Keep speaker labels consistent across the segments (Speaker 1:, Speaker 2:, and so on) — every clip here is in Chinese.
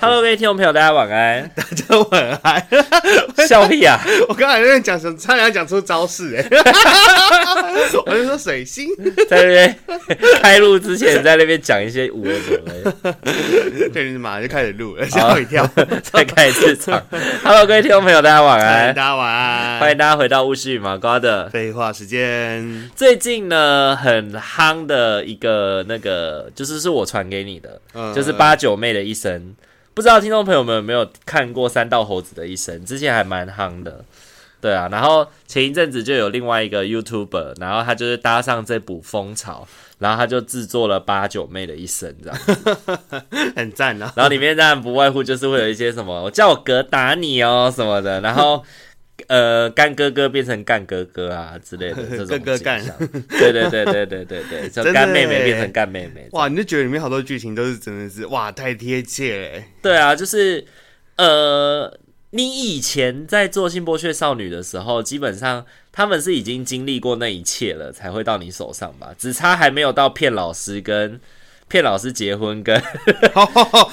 Speaker 1: Hello，各位听众朋 友，大家晚安。
Speaker 2: 大家晚安。
Speaker 1: 笑屁啊！
Speaker 2: 我刚才在那讲什么，差点讲出招式 哎、我就说水 星，
Speaker 1: 在那边开录之 前，在那边讲一些无为什么
Speaker 2: 对，你马上就开始录了，吓我一 跳。
Speaker 1: 的，再开市场。Hello，各位听众朋友，大家晚
Speaker 2: 嗨大
Speaker 1: 安。
Speaker 2: 家晚
Speaker 1: 欢
Speaker 2: 安。
Speaker 1: 迎大家回到巫师与麻瓜的。
Speaker 2: 废话时间，
Speaker 1: 最近呢，很夯的一个那个，就是是我传给你的，
Speaker 2: 嗯
Speaker 1: 就是八九妹的一生。不知道听众朋友们有没有看过《三道猴子的一生》？之前还蛮夯的，对啊。然后前一阵子就有另外一个 YouTuber，然后他就是搭上这股风潮，然后他就制作了八九妹的一生这样。
Speaker 2: 很赞 啊。
Speaker 1: 然后里面当然不外乎就是会有一些什么，我叫我哥打你哦什么的，然后呃干哥哥变成干哥哥啊之类的这种
Speaker 2: 哥哥干
Speaker 1: 景象，对对对对对对对，就
Speaker 2: 真的
Speaker 1: 干妹妹
Speaker 2: 耶
Speaker 1: 变成干妹妹，
Speaker 2: 哇，你就觉得里面好多剧情都是真的是哇，太贴切 了、欸。
Speaker 1: 对啊，就是呃，你以前在做性剥削少女的时候，基本上他们是已经经历过那一切了，才会到你手上吧，只差还没有到骗老师跟骗老师结婚跟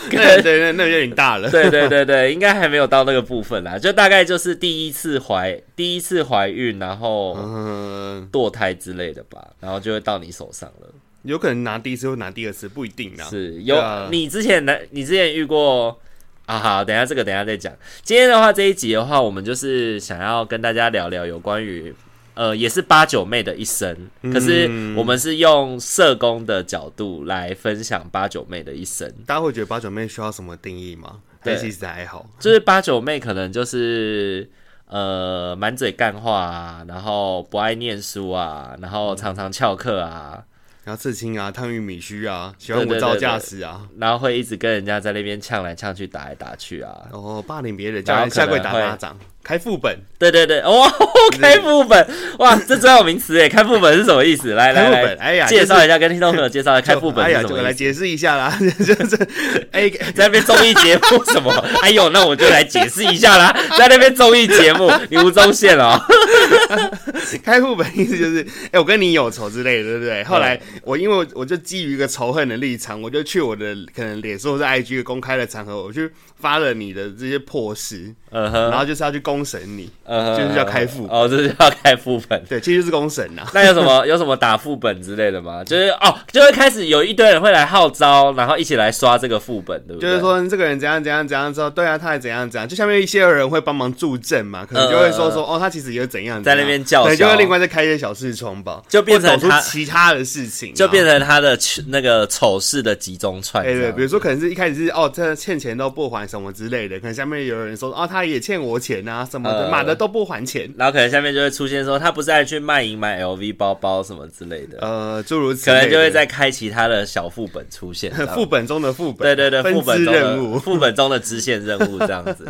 Speaker 2: 对对对，那有点大了。
Speaker 1: 对对对对，应该还没有到那个部分啦，就大概就是第一次怀第一次怀孕，然后
Speaker 2: 嗯，
Speaker 1: 堕胎之类的吧，然后就会到你手上了。
Speaker 2: 有可能拿第一次或拿第二次，不一定啊。
Speaker 1: 是有、
Speaker 2: 对啊
Speaker 1: 你之前呢？你之前遇过啊？好，等一下这个等一下再讲。今天的话这一集的话，我们就是想要跟大家聊聊有关于。呃，也是八九妹的一生，
Speaker 2: 嗯
Speaker 1: 可是我们是用社工的角度来分享八九妹的一生。
Speaker 2: 大家会觉得八九妹需要什么定义吗？
Speaker 1: 对
Speaker 2: 还是其实还好。
Speaker 1: 就是八九妹可能就是呃满嘴干话啊，然后不爱念书啊，然后常常翘课啊，
Speaker 2: 然后刺青啊，烫玉米须啊，喜欢
Speaker 1: 对对
Speaker 2: 无照
Speaker 1: 对对
Speaker 2: 驾驶啊，
Speaker 1: 然后会一直跟人家在那边呛来呛去，打来打去啊。
Speaker 2: 然后哦霸凌别人，
Speaker 1: 然
Speaker 2: 叫
Speaker 1: 后
Speaker 2: 人下跪
Speaker 1: 可能
Speaker 2: 打
Speaker 1: 会
Speaker 2: 巴掌，开副本，
Speaker 1: 对对对， 哇，
Speaker 2: 嗯
Speaker 1: 开副本，哇，这专有名词哎，开副本是什么意思？来来
Speaker 2: 开副
Speaker 1: 来
Speaker 2: 本，，哎呀，
Speaker 1: 介
Speaker 2: 就
Speaker 1: 绍
Speaker 2: 是
Speaker 1: 一下，跟听众朋友介绍一下
Speaker 2: 就
Speaker 1: 开副本
Speaker 2: 哎
Speaker 1: 是
Speaker 2: 呀，
Speaker 1: 什
Speaker 2: 就
Speaker 1: 么
Speaker 2: 来
Speaker 1: 意思。
Speaker 2: 解释一下啦， 就是哎，
Speaker 1: 在那边综艺节目什么？ 哎呦，那我就来解释一下啦。在那边综艺节 目，你吴宗宪哦，
Speaker 2: 开副本意思就是，哎，我跟你有仇之类的，对不对？后来我因为我我就基于一个仇恨的立场，我就去我的可能脸书或者 IG 的公开的场合，我去发了你的这些破事，
Speaker 1: 嗯
Speaker 2: 然
Speaker 1: 哼，
Speaker 2: 后就是要去公审你，
Speaker 1: 嗯哼
Speaker 2: 就是要开副
Speaker 1: 哦，这就叫开副本。
Speaker 2: 对，其实就是公审啊呐。
Speaker 1: 那有什么有什么打副本之类的吗？就是哦，就会开始有一堆人会来号召，然后一起来刷这个副本，对不对？
Speaker 2: 就是，说这个人怎样怎样怎样之后，对啊，他还怎样怎样，就下面一些人会帮忙助阵嘛，可能就会说说、哦，他其实也怎样怎
Speaker 1: 呃在
Speaker 2: 样
Speaker 1: 那边叫嚣
Speaker 2: 对，就会另外再开一些小事冲吧，
Speaker 1: 就变成
Speaker 2: 或抖出
Speaker 1: 他
Speaker 2: 其他的事情啊，
Speaker 1: 就变成他的那个丑事的集中串。
Speaker 2: 哎、对，比
Speaker 1: 如
Speaker 2: 如说可能是一开始是哦，这欠钱都不还什么之类的，可能下面有人说哦，他也欠我钱啊什么的，
Speaker 1: 呃
Speaker 2: 妈、的都不还钱，
Speaker 1: 然后可能下面就会出现说他不是还去卖淫买 LV 包包什么之类的，
Speaker 2: 呃，诸如此
Speaker 1: 可
Speaker 2: 类的，呃
Speaker 1: 能就会在开其他的小副本出 现。这样
Speaker 2: 副本中的副
Speaker 1: 对
Speaker 2: 本，
Speaker 1: 对对，
Speaker 2: 分
Speaker 1: 副本
Speaker 2: 支
Speaker 1: 中
Speaker 2: 任务
Speaker 1: 的， 副本中的支线任务这样子。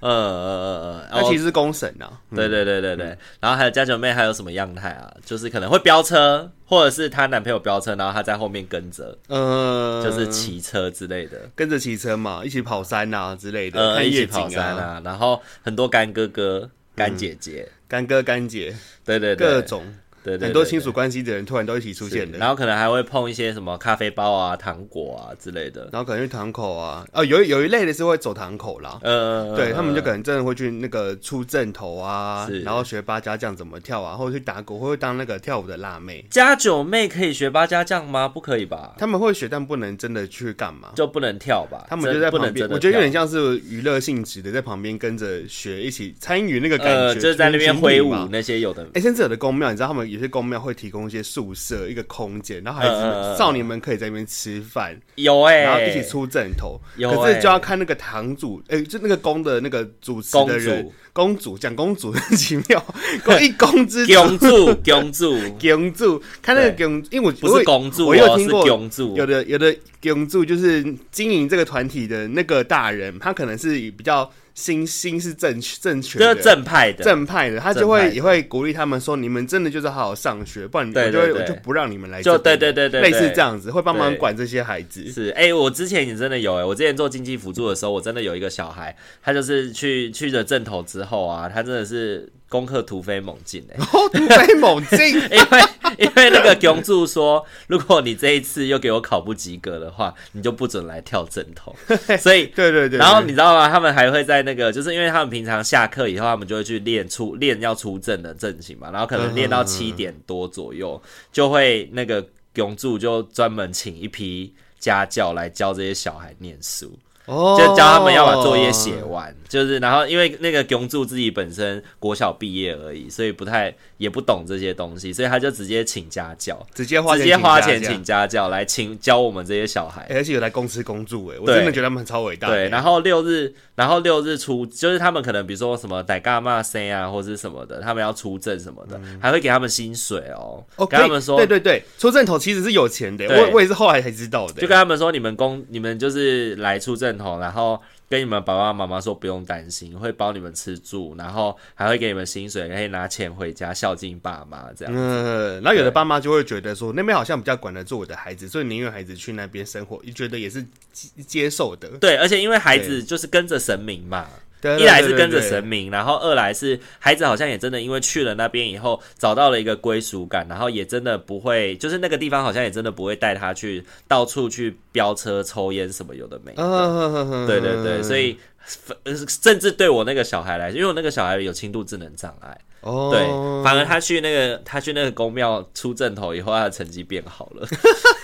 Speaker 1: 嗯嗯 嗯嗯，
Speaker 2: 那其实是公审啊，嗯
Speaker 1: 对对对对对，然后还有家九妹还有什么样态啊？就是可能会飙车，或者是她男朋友飙车，然后她在后面跟着，
Speaker 2: 呃，
Speaker 1: 就是骑车之类的，
Speaker 2: 跟着骑车嘛，一起跑山啊之类的，
Speaker 1: 呃，
Speaker 2: 看
Speaker 1: 一起
Speaker 2: 夜
Speaker 1: 跑
Speaker 2: 景
Speaker 1: 山啊，然后很多干哥哥、干姐姐，
Speaker 2: 干哥干姐，
Speaker 1: 对对对，
Speaker 2: 各种
Speaker 1: 对对对
Speaker 2: 很多亲属关系的人突然都一起出现的，
Speaker 1: 然后可能还会碰一些什么咖啡包啊、糖果啊之类的。
Speaker 2: 然后可能去堂口啊，哦，有一有一类的是会走堂口啦，
Speaker 1: 呃，
Speaker 2: 对他们就可能真的会去那个出正头啊
Speaker 1: 是，
Speaker 2: 然后学八家将怎么跳啊，或者去打鼓，或者当那个跳舞的辣妹，
Speaker 1: 加九妹可以学八家将吗？不可以吧？
Speaker 2: 他们会学，但不能真的去干嘛。
Speaker 1: 就不能跳吧？
Speaker 2: 他们就
Speaker 1: 真
Speaker 2: 在
Speaker 1: 不
Speaker 2: 旁
Speaker 1: 能
Speaker 2: 边
Speaker 1: 真，的
Speaker 2: 我觉得有点
Speaker 1: 跳
Speaker 2: 像是娱乐性质的，在旁边跟着学，一起参与那个感觉，
Speaker 1: 呃，就是在那边
Speaker 2: 群体
Speaker 1: 挥舞
Speaker 2: 嘛
Speaker 1: 那些有的
Speaker 2: 哎、甚至有的公庙，你知道他们有些公庙会提供一些宿舍、一个空间，然后孩子们、
Speaker 1: 嗯嗯嗯嗯
Speaker 2: 少年们可以在那边吃饭，
Speaker 1: 有哎、
Speaker 2: 然后一起出阵头。
Speaker 1: 有
Speaker 2: 可是
Speaker 1: 欸
Speaker 2: 就要看那个堂主，哎、就那个宫的那个主持
Speaker 1: 公
Speaker 2: 的人
Speaker 1: 主，、
Speaker 2: 公主讲公主很奇 妙，公一公之主
Speaker 1: 公 主、公主，
Speaker 2: 公主，看那
Speaker 1: 对
Speaker 2: 个公，因为我
Speaker 1: 不
Speaker 2: 我
Speaker 1: 是
Speaker 2: 有
Speaker 1: 公主、
Speaker 2: 我有
Speaker 1: 哦，
Speaker 2: 听
Speaker 1: 是
Speaker 2: 过
Speaker 1: 公主。
Speaker 2: 有的有的永助就是经营这个团体的那个大人，他可能是比较新新是正正确
Speaker 1: 就是
Speaker 2: 的
Speaker 1: 正派的，
Speaker 2: 正派的，他就
Speaker 1: 正派
Speaker 2: 会
Speaker 1: 的
Speaker 2: 也会鼓励他们说，你们真的就是好好上学，不然
Speaker 1: 对
Speaker 2: 我就会
Speaker 1: 对
Speaker 2: 我就
Speaker 1: 对
Speaker 2: 不让你们来这
Speaker 1: 就
Speaker 2: 边，
Speaker 1: 对对对对，
Speaker 2: 类
Speaker 1: 对
Speaker 2: 似这。样子，会帮忙
Speaker 1: 对
Speaker 2: 管这些孩子。
Speaker 1: 是，哎、我之前也真的有、哎，我之前做经济辅助的时候，我真的有一个小孩，他就是去去了正头之后啊，他真的是功课突飞猛进、哎。
Speaker 2: 哦突飞猛 进，
Speaker 1: 因为因为那个公主说，如果你这一次又给我考不及格的话，你就不准来跳正 头。所以，
Speaker 2: 对对对。
Speaker 1: 然后你
Speaker 2: 对
Speaker 1: 知道吗？他们还会在那个，就是因为他们平常下课以后，他们就会去练出练要出阵的阵型嘛，然后可能练到七点多左右，就会那个永助就专门请一批家教来教这些小孩念书。
Speaker 2: 哦
Speaker 1: 就教他们要把作业写完，就是然后因为那个公助自己本身国小毕业而已，所以不太也不懂这些东西，所以他就直接请家教，
Speaker 2: 直接花
Speaker 1: 直接花钱
Speaker 2: 请
Speaker 1: 请家
Speaker 2: 假
Speaker 1: 教来请教我们这些小孩。
Speaker 2: 哎而且有来公司工作，哎，我
Speaker 1: 对
Speaker 2: 真的觉得他们很超伟大的。
Speaker 1: 对，然后六日，然后六日出，就是他们可能比如说什么逮干嘛生啊，或是什么的，他们要出证什么的，还会给他们薪水哦，
Speaker 2: 嗯哦，
Speaker 1: 跟他们说，
Speaker 2: 对对对，出正头其实是有钱的，
Speaker 1: 对
Speaker 2: 我我也是后来才知道的。
Speaker 1: 就跟他们说，你们公你们就是来出正统，然后跟你们爸爸妈妈说不用担心，会包你们吃住，然后还会给你们薪水，可以拿钱回家孝敬爸妈这样。
Speaker 2: 嗯，然后有
Speaker 1: 对
Speaker 2: 的爸妈就会觉得说，那边好像比较管得住我的孩子，所以宁愿孩子去那边生活，觉得也是接接受的。
Speaker 1: 对，而且因为孩子就是跟着神明嘛，
Speaker 2: 对
Speaker 1: 一来是跟着，
Speaker 2: 对对
Speaker 1: 神
Speaker 2: 对
Speaker 1: 明，然后二来是孩子好像也真的因为去了那边以后找到了一个归属感，然后也真的不会，就是那个地方好像也真的不会带他去到处去飙车、抽烟什么有的没的。
Speaker 2: 嗯哼哼哼
Speaker 1: 对对对，所以呃甚至对我那个小孩来说，因为我那个小孩有轻度智能障碍，
Speaker 2: 哦，
Speaker 1: 对，反而他去那个他去那个公庙出正头以后，他的成绩变好 了。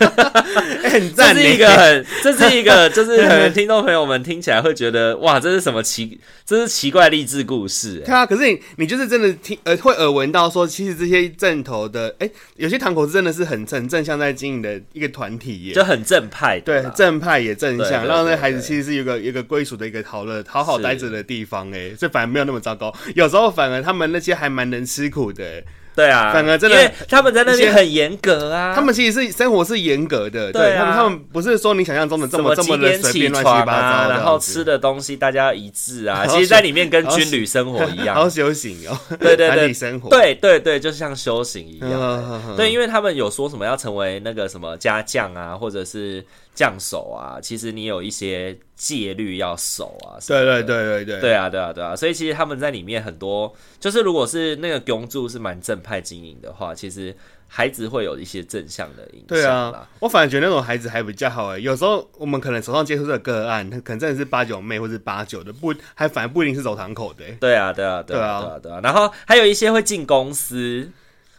Speaker 2: 哎很
Speaker 1: 这
Speaker 2: 赞呢，
Speaker 1: 是一个很， 这是一个，就是可能听众朋友们听起来会觉得，哇，这是什么奇，这是奇怪励志故事、
Speaker 2: 对
Speaker 1: 欸。
Speaker 2: 啊，可是你你就是真的听呃会耳闻到说，其实这些正头的，哎、有些堂口是真的是很很正向在经营的一个团体耶，
Speaker 1: 就很正派的
Speaker 2: 对
Speaker 1: 啦，
Speaker 2: 正派也正
Speaker 1: 对对
Speaker 2: 向，
Speaker 1: 对
Speaker 2: 让那孩子其实是有个有个归属的一个好乐好好
Speaker 1: 是
Speaker 2: 待着的地方哎，所以反而没有那么糟糕。有时候反而他们那些还蛮能吃苦的哎，
Speaker 1: 对啊，
Speaker 2: 反而真的
Speaker 1: 因为他们在那边很严格啊，
Speaker 2: 他们其实是生活是严格的，
Speaker 1: 对啊
Speaker 2: 他们他们不是说你想象中的这
Speaker 1: 什么
Speaker 2: 这
Speaker 1: 几
Speaker 2: 么的
Speaker 1: 点
Speaker 2: 随
Speaker 1: 起
Speaker 2: 便乱
Speaker 1: 床
Speaker 2: 七八糟
Speaker 1: 啊，
Speaker 2: 这样子，
Speaker 1: 然后吃的东西大家要一致啊，
Speaker 2: 然后
Speaker 1: 其实在里面跟
Speaker 2: 然后
Speaker 1: 军旅生活一样啊
Speaker 2: 然，后修行哦，
Speaker 1: 对对 对
Speaker 2: 团体生活，
Speaker 1: 对对对，就像修行一样、
Speaker 2: 嗯哼哼
Speaker 1: 对，因为他们有说什么要成为那个什么家将啊，或者是将手啊，其实你有一些戒律要守啊。什么
Speaker 2: 对
Speaker 1: 的
Speaker 2: 对。对对
Speaker 1: 对啊，对啊，对啊，所以其实他们在里面很多，就是如果是那个公主是蛮正派经营的话，其实孩子会有一些正向的影
Speaker 2: 对
Speaker 1: 响啦
Speaker 2: 啊。，我反而觉得那种孩子还比较好哎。有时候我们可能手上接触的个案，他可能真的是八九妹或是八九的，不还反而不一定是走堂口的欸。
Speaker 1: 对啊，对啊，对
Speaker 2: 对
Speaker 1: 啊，
Speaker 2: 啊
Speaker 1: 对啊，对啊。然后还有一些会进公司，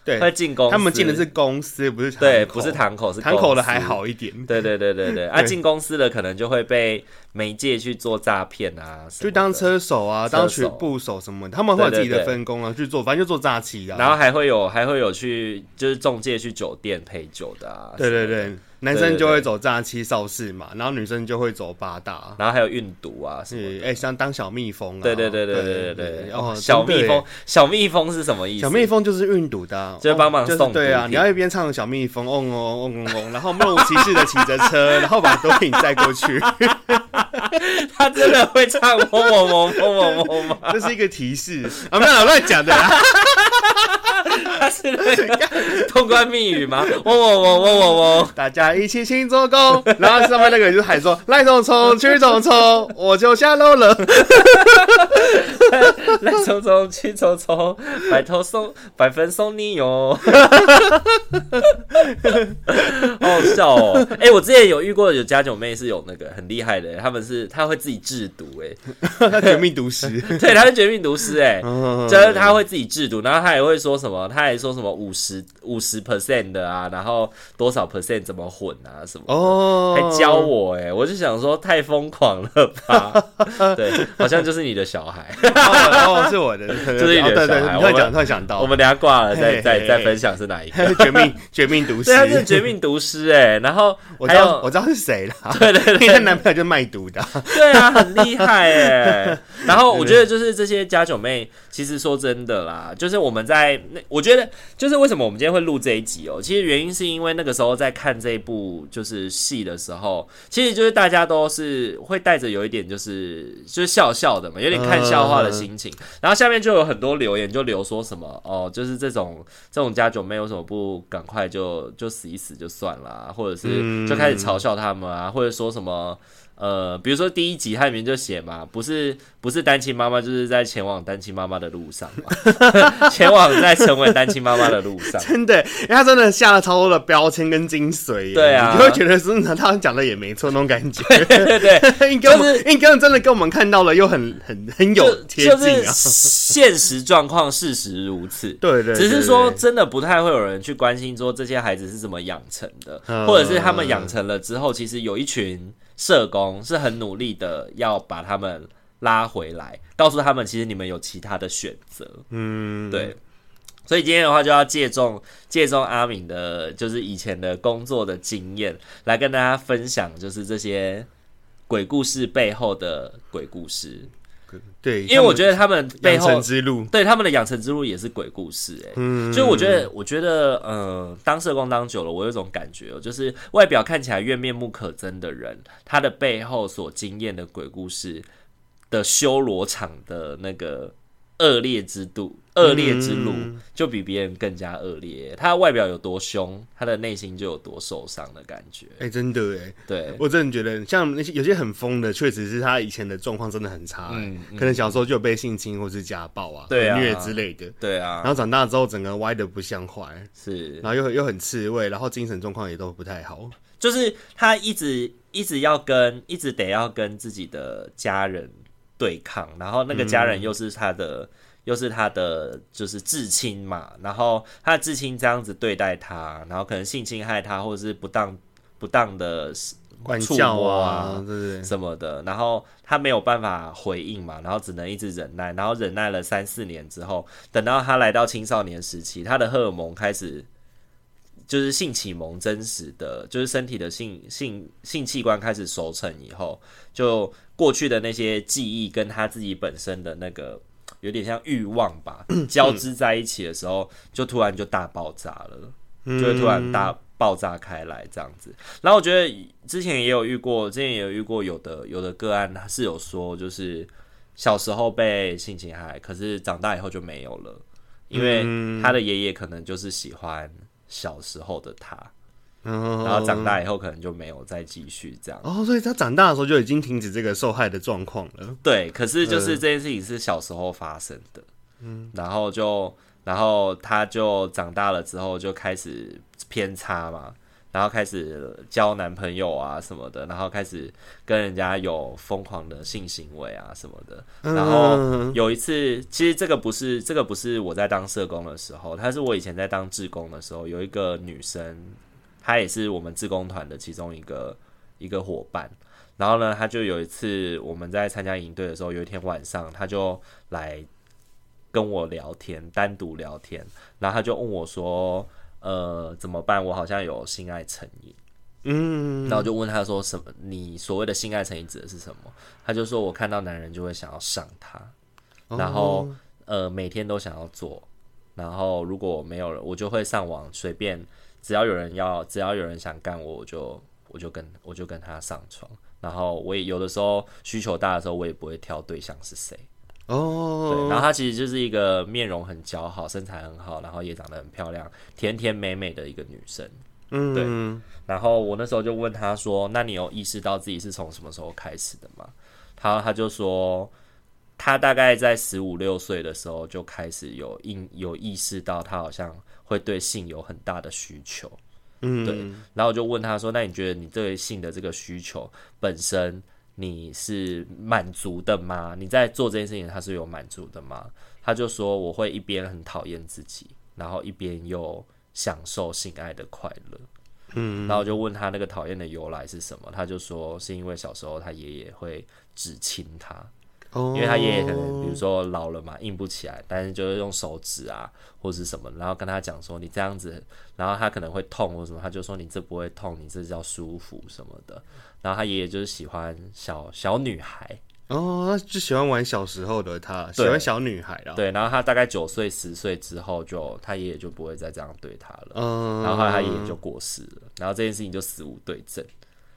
Speaker 2: 对，
Speaker 1: 会进公司，
Speaker 2: 他们进的是公司，不是堂口
Speaker 1: 对，不是堂口，是
Speaker 2: 堂口
Speaker 1: 公
Speaker 2: 的
Speaker 1: 司
Speaker 2: 还好一点，
Speaker 1: 对对对对对，啊，
Speaker 2: 嗯对
Speaker 1: 进公司了可能就会被媒介去做诈骗啊，什么的
Speaker 2: 就当，车手啊，当
Speaker 1: 车
Speaker 2: 学
Speaker 1: 手
Speaker 2: 部手什么的，他们会有
Speaker 1: 对
Speaker 2: 自
Speaker 1: 对
Speaker 2: 己的
Speaker 1: 对
Speaker 2: 分工啊，去做，反正就做诈欺的啊。
Speaker 1: 然后还会有还会有去就是中介去酒店陪酒的啊，
Speaker 2: 对对
Speaker 1: 什么的，
Speaker 2: 对，男
Speaker 1: 对对
Speaker 2: 生就
Speaker 1: 对
Speaker 2: 会走诈欺邵氏嘛，然后女生就会走八大。
Speaker 1: 然后还有运毒啊什么
Speaker 2: 是，
Speaker 1: 的。
Speaker 2: 哎，像当小蜜蜂啊。
Speaker 1: 对对对对对对对，
Speaker 2: 哦，
Speaker 1: 小
Speaker 2: 真的
Speaker 1: 蜜
Speaker 2: 耶
Speaker 1: 蜂，，小蜜蜂是什么意思？
Speaker 2: 小蜜蜂就是运毒的啊，
Speaker 1: 就是帮忙
Speaker 2: 哦就是
Speaker 1: 送
Speaker 2: 对
Speaker 1: 毒
Speaker 2: 啊，
Speaker 1: 品
Speaker 2: 你要一边唱小蜜蜂，嗡嗡嗡嗡嗡，然后 若无其事的骑着车，然后把毒品载过去，
Speaker 1: 它真的会唱 嗡嗡嗡嗡嗡嗡吗？
Speaker 2: 这是一个提示啊，没有啦乱讲的啦。
Speaker 1: 它是 那个通关密语吗？嗡嗡嗡嗡嗡嗡。
Speaker 2: 大家一起勤做工， 然后上面那个人就喊说：“赖总冲，曲总冲，我就下楼了。”
Speaker 1: 来匆匆去匆匆，白头送百分送你 哟，好好笑哦！哎、我之前有遇过有家酒妹是有那个很厉害的，他们是她会自己制毒，哎，
Speaker 2: 他绝命毒师，
Speaker 1: 对，她是绝命毒师，哎，
Speaker 2: 嗯
Speaker 1: 就是她会自己制毒，然后她也会说什么，她还说什么五十五十 percent 的啊，然后多少 percent 怎么混啊什么的。
Speaker 2: 哦，
Speaker 1: 还教我哎、我就想说太疯狂了吧？对，好像就是你的小孩。
Speaker 2: 哦，哦 是我的，
Speaker 1: 是你的
Speaker 2: 哦对对，
Speaker 1: 小孩我
Speaker 2: 你
Speaker 1: 们
Speaker 2: 突然讲，突然想到，
Speaker 1: 我们等一下挂了再
Speaker 2: 嘿
Speaker 1: 再
Speaker 2: 嘿
Speaker 1: 再
Speaker 2: 嘿
Speaker 1: 分享是哪一个。
Speaker 2: 绝命绝命毒师
Speaker 1: 对，，他是绝命毒师哎、然后
Speaker 2: 我知
Speaker 1: 还
Speaker 2: 道我
Speaker 1: 有
Speaker 2: 知道是谁了，
Speaker 1: 对 对
Speaker 2: 因为她
Speaker 1: 对
Speaker 2: 男朋友就卖毒的，
Speaker 1: 对啊，很厉害哎、然后我觉得就是这些家九妹，其实说真的啦，就是我们在那，我觉得就是为什么我们今天会录这一集哦、其实原因是因为那个时候在看这部就是戏的时候，其实就是大家都是会带着有一点就是就是笑笑的嘛，有点看笑话的心情。然后下面就有很多留言就留说什么哦，就是这种这种家九妹为什么不赶快就就死一死就算啦，或者是就开始嘲笑他们啊，或者说什么。呃，比如说第一集它里面就写嘛，不是不是单亲妈妈，就是在前往单亲妈妈的路上嘛， 前往在成为单亲妈妈的路上。
Speaker 2: 真的，因为他真的下了超多的标签跟精髓耶，
Speaker 1: 对啊
Speaker 2: 你就会觉得真的他讲的也没错那种感觉，
Speaker 1: 对对，
Speaker 2: 因为跟我们因为跟真的跟我们看到了又很很很 有贴
Speaker 1: 就
Speaker 2: 近
Speaker 1: 是
Speaker 2: 啊，
Speaker 1: 现实状况，事实如此。
Speaker 2: 对对，对
Speaker 1: 只是说，
Speaker 2: 对
Speaker 1: 真的不太会有人去关心说这些孩子是怎么养成的，
Speaker 2: 嗯
Speaker 1: 或者是他们养成了之后，其实有一群社工是很努力的要把他们拉回来，告诉他们其实你们有其他的选择。
Speaker 2: 嗯，
Speaker 1: 对。所以今天的话，就要借重借重阿敏的，就是以前的工作的经验，来跟大家分享，就是这些鬼故事背后的鬼故事。
Speaker 2: 对，
Speaker 1: 因为我觉得他们背
Speaker 2: 养成
Speaker 1: 后
Speaker 2: 之路，
Speaker 1: 对他们的养成之路也是鬼故事、欸，哎、
Speaker 2: 嗯，
Speaker 1: 所以我觉得，我觉得，呃，当社工当久了，我有一种感觉哦，就是外表看起来越面目可憎的人，他的背后所经验的鬼故事的修罗场的那个恶劣之度、恶劣之路，
Speaker 2: 嗯
Speaker 1: 就比别人更加恶劣。他外表有多凶，他的内心就有多受伤的感觉。
Speaker 2: 哎、真的哎，
Speaker 1: 对，
Speaker 2: 我真的觉得像那些有些很疯的，确实是他以前的状况真的很差、哎
Speaker 1: 嗯
Speaker 2: 可能小时候就有被性侵或是家暴啊、
Speaker 1: 对啊
Speaker 2: 虐之类的，
Speaker 1: 对
Speaker 2: 然
Speaker 1: 啊，
Speaker 2: 后长大之后整个歪的不像话，哎
Speaker 1: 是
Speaker 2: 然，后又又很刺猬，然后精神状况也都不太好。
Speaker 1: 就是他一直一直要跟，一直得要跟自己的家人对抗，然后那个家人又是他的，又是他的就是至亲嘛，然后他的至亲这样子对待他，然后可能性侵害他，或者是不当不当的
Speaker 2: 管
Speaker 1: 触
Speaker 2: 教
Speaker 1: 摸
Speaker 2: 啊
Speaker 1: 啊，
Speaker 2: 对不对？
Speaker 1: 什么的，然后他没有办法回应嘛，然后只能一直忍耐，然后忍耐了三四年之后，等到他来到青少年时期，他的荷尔蒙开始就是性启蒙真实的，就是身体的性性性器官开始熟成以后，就过去的那些记忆跟他自己本身的那个。有点像欲望吧，交织在一起的时候，就突然就大爆炸了，就会突然大爆炸开来这样子。然后我觉得之前也有遇过，之前也有遇过有的有的个案，他是有说就是小时候被性侵害，可是长大以后就没有了，因为他的爷爷可能就是喜欢小时候的他，
Speaker 2: 然
Speaker 1: 然后长大以后可能就没有再继续这样。
Speaker 2: 哦，所以他长大的时候就已经停止这个受害的状况了。
Speaker 1: 对，可是就是这件事情是小时候发生的，嗯，然后就然后他就长大了之后就开始偏差嘛，然后开始交男朋友啊什么的，然后开始跟人家有疯狂的性行为啊什么的，然后有一次，其实这个不是这个不是我在当社工的时候，他是我以前在当志工的时候，有一个女生，她也是我们志工团的其中一个一个伙伴。然后呢，她就有一次我们在参加营队的时候，有一天晚上，她就来跟我聊天，单独聊天，然后她就问我说：“呃，怎么办？我好像有性爱成瘾。”
Speaker 2: 嗯，
Speaker 1: 然后我就问他说：“什么？你所谓的性爱成瘾指的是什么？”他就说：“我看到男人就会想要上他，然后、呃每天都想要做，然后如果没有了，我就会上网随便，只要有人要，只要有人想干我，我就我就跟我就跟他上床。然后我也有的时候需求大的时候，我也不会挑对象是谁。对，然
Speaker 2: 哦，
Speaker 1: 后她其实就是一个面容很姣好、身材很好，然后也长得很漂亮、甜甜美美的一个女生。
Speaker 2: 嗯，
Speaker 1: 然后我那时候就问他说：“那你有意识到自己是从什么时候开始的吗？”他他就说，他大概在十五六岁的时候就开始有意有意识到他好像会对性有很大的需求，
Speaker 2: 嗯，
Speaker 1: 对，然后我就问他说：“那你觉得你对性的这个需求本身，你是满足的吗？你在做这件事情，他是有满足的吗？”他就说：“我会一边很讨厌自己，然后一边又享受性爱的快乐。”嗯，然后我就问他那个讨厌的由来是什么，他就说是因为小时候他爷爷会只亲他，
Speaker 2: 哦
Speaker 1: 因为他爷爷可能比如说老了嘛，硬不起来，但是就是用手指啊或是什么，然后跟他讲说你这样子，然后他可能会痛或什么，他就说你这不会痛，你这叫舒服什么的。然后他爷爷就是喜欢小小女孩，
Speaker 2: 哦，他就喜欢玩小时候的他，喜
Speaker 1: 对
Speaker 2: 欢小女孩啦。，
Speaker 1: 对，然后他大概九岁十岁之后就他爷爷就不会再这样对他了，
Speaker 2: 嗯，
Speaker 1: 然后后来他爷爷就过世了，然后这件事情就死无对证。